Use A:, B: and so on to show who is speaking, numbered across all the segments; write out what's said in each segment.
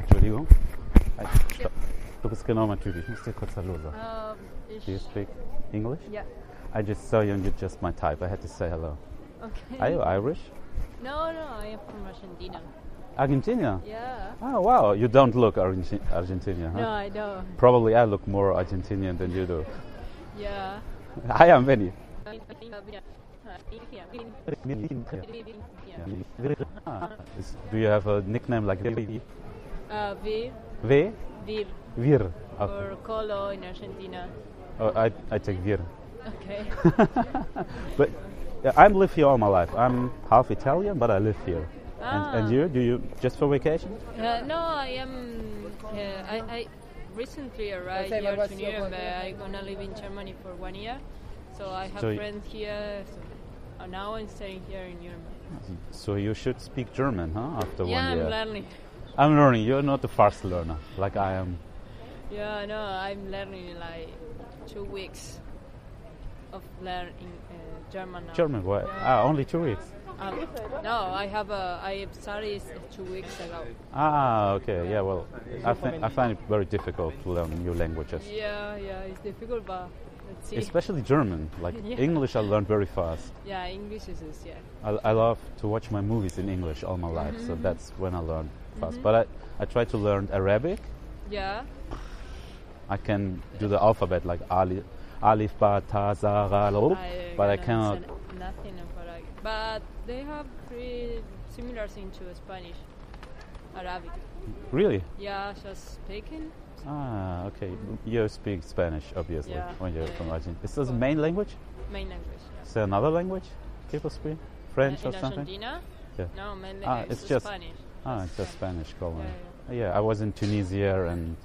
A: Entschuldigung. Hi, stopp. Du bist genau mein Typ. Ich muss dir kurz Hallo sagen.
B: Um, ich,
A: Do you speak English?
B: yeah.
A: I just saw you and you're just my type. I had to say hello.
B: Okay.
A: Are you Irish?
B: No, no, I am from Argentina.
A: Argentina?
B: Yeah.
A: Oh, wow. You don't look Argenti- Argentinian, huh?
B: No, I don't.
A: Probably I look more Argentinian than you do.
B: Yeah. Uh,
A: I am many. Ah, is- Do you have a nickname like V?
B: Uh, vir,
A: V?
B: vir,
A: Vir. Okay.
B: or colo in Argentina.
A: Oh, I, I take Vir.
B: Okay.
A: But uh, I'm live here all my life. I'm half Italian, but I live here. And,
B: Ah.
A: and you? Do you just for vacation?
B: Uh, no, I am. Uh, I, I recently arrived here to Nuremberg. I'm gonna live in Germany for one year, so I have
A: So y-
B: friends here. So now I'm staying here in Nuremberg.
A: So you should speak German, huh? After
B: yeah,
A: one year.
B: I'm learning.
A: I'm learning. You're not a fast learner like I am.
B: Yeah, no, I'm learning in like two weeks of learning uh, German now.
A: German, why? Ah, only two weeks.
B: Um, no, I have a. I studied two weeks ago.
A: Ah, okay. Yeah, well, I, think I find it very difficult to learn new languages.
B: Yeah, yeah, it's difficult, but let's see.
A: Especially German. Like
B: Yeah.
A: English, I learned very fast.
B: yeah, English is is- yeah.
A: I, I love to watch my movies in English all my life,
B: Mm-hmm.
A: so that's when I learned fast. But I, I try to learn Arabic.
B: Yeah.
A: I can do the alphabet like Ali, Alif, Ba, Ta, Za, Ra, Lo, but I
B: don't
A: cannot.
B: understand Nothing of Arabic, but they have pretty similar thing to Spanish, Arabic.
A: Really?
B: Yeah, just speaking.
A: Ah, okay. You speak Spanish, obviously,
B: Yeah.
A: when you're
B: Yeah,
A: from
B: yeah.
A: Argentina. Is this the
B: Well-
A: main language?
B: Main language. yeah.
A: Is there another language people speak? French
B: in
A: or something?
B: Argentina?
A: Yeah.
B: No, mainly
A: Ah,
B: it's,
A: it's just-
B: Spanish.
A: Ah, it's just Spanish colony.
B: Yeah, Mm-hmm.
A: Yeah, I was in Tunisia and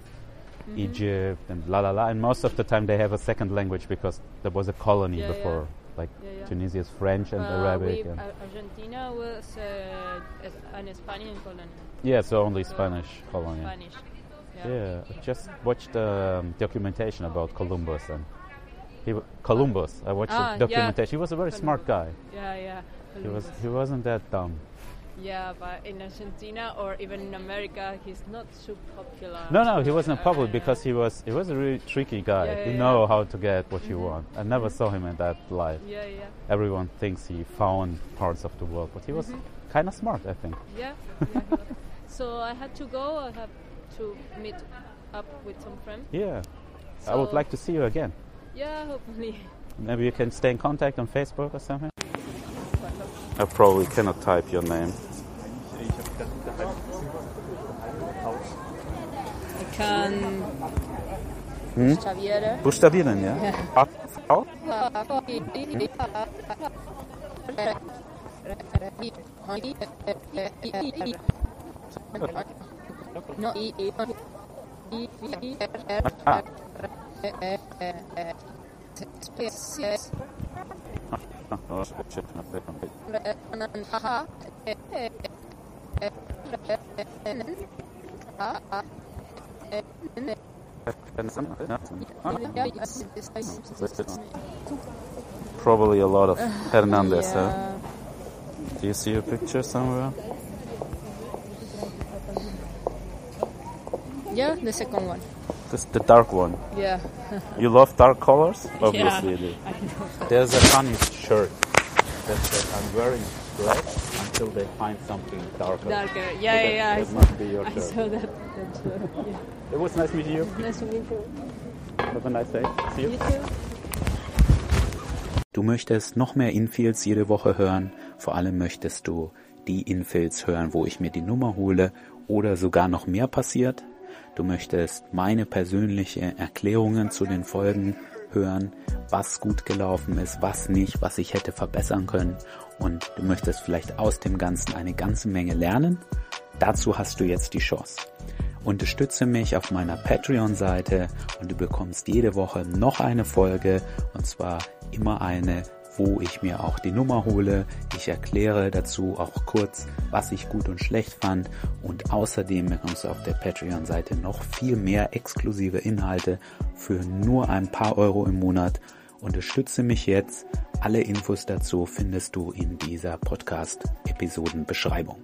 A: Egypt and la la la. And most of the time they have a second language because there was a colony
B: Yeah, yeah.
A: before. Like
B: Mm-hmm. Yeah, yeah.
A: Tunisia is French and
B: Uh,
A: Arabic.
B: we-
A: And
B: Ar- Argentina was uh, a- an Spanish colony.
A: yeah, so only
B: So,
A: Spanish colony.
B: Spanish. Yeah.
A: Yeah, I just watched a documentation about Columbus and he, w- Columbus. I watched
B: Ah,
A: a
B: yeah.
A: documentation. He was a very smart guy.
B: Yeah, yeah.
A: He was
B: Columbus.
A: he wasn't that dumb.
B: Yeah, but in Argentina or even in America, he's not so popular.
A: No, no, he wasn't
B: Uh,
A: public
B: yeah.
A: because he was he was a really tricky guy.
B: Yeah, Mm-hmm.
A: you
B: yeah,
A: know
B: yeah.
A: how to get what you want. I never saw him in that light.
B: Yeah, yeah,
A: Everyone thinks he found parts of the world, but he was
B: Mm-hmm.
A: kind of smart, I think.
B: yeah. yeah. so I had to go. I had to meet up with some friends.
A: Yeah, I would
B: So-
A: like to see you again.
B: Yeah, hopefully.
A: Maybe you can stay in contact on Facebook or something. I probably cannot type your name.
B: I can.
A: Hmm?
B: Xavier.
A: Buchstabieren, ja? Ab, auf? Ah, oh, shit, no, they don't pick. Can some- yeah. Ah, Probably a lot of Hernandez, huh? Do you see a picture somewhere?
B: Yeah, the second one.
A: This the dark one.
B: Yeah.
A: You love dark colors? Obviously you do.
B: I know.
A: There's a funny shirt that says I'm wearing black until they find something darker.
B: Darker.
A: So
B: Yeah, yeah,
A: that-
B: yeah, I
A: That
B: saw-
A: must be your
B: I
A: shirt.
B: saw that. that too. Yeah.
A: It was nice meeting you.
B: Nice to meet you.
A: Have a nice day. See
B: You too.
C: Du möchtest noch mehr Infills jede Woche hören, vor allem möchtest du die Infills hören, wo ich mir die Nummer hole oder sogar noch mehr passiert. Du möchtest meine persönliche Erklärungen zu den Folgen hören, was gut gelaufen ist, was nicht, was ich hätte verbessern können und du möchtest vielleicht aus dem Ganzen eine ganze Menge lernen. Dazu hast du jetzt die Chance. Unterstütze mich auf meiner Patreon-Seite und du bekommst jede Woche noch eine Folge und zwar immer eine, wo ich mir auch die Nummer hole. Ich erkläre dazu auch kurz, was ich gut und schlecht fand und außerdem bekommst du auf der Patreon-Seite noch viel mehr exklusive Inhalte für nur ein paar Euro im Monat. Unterstütze mich jetzt. Alle Infos dazu findest du in dieser Podcast-Episodenbeschreibung.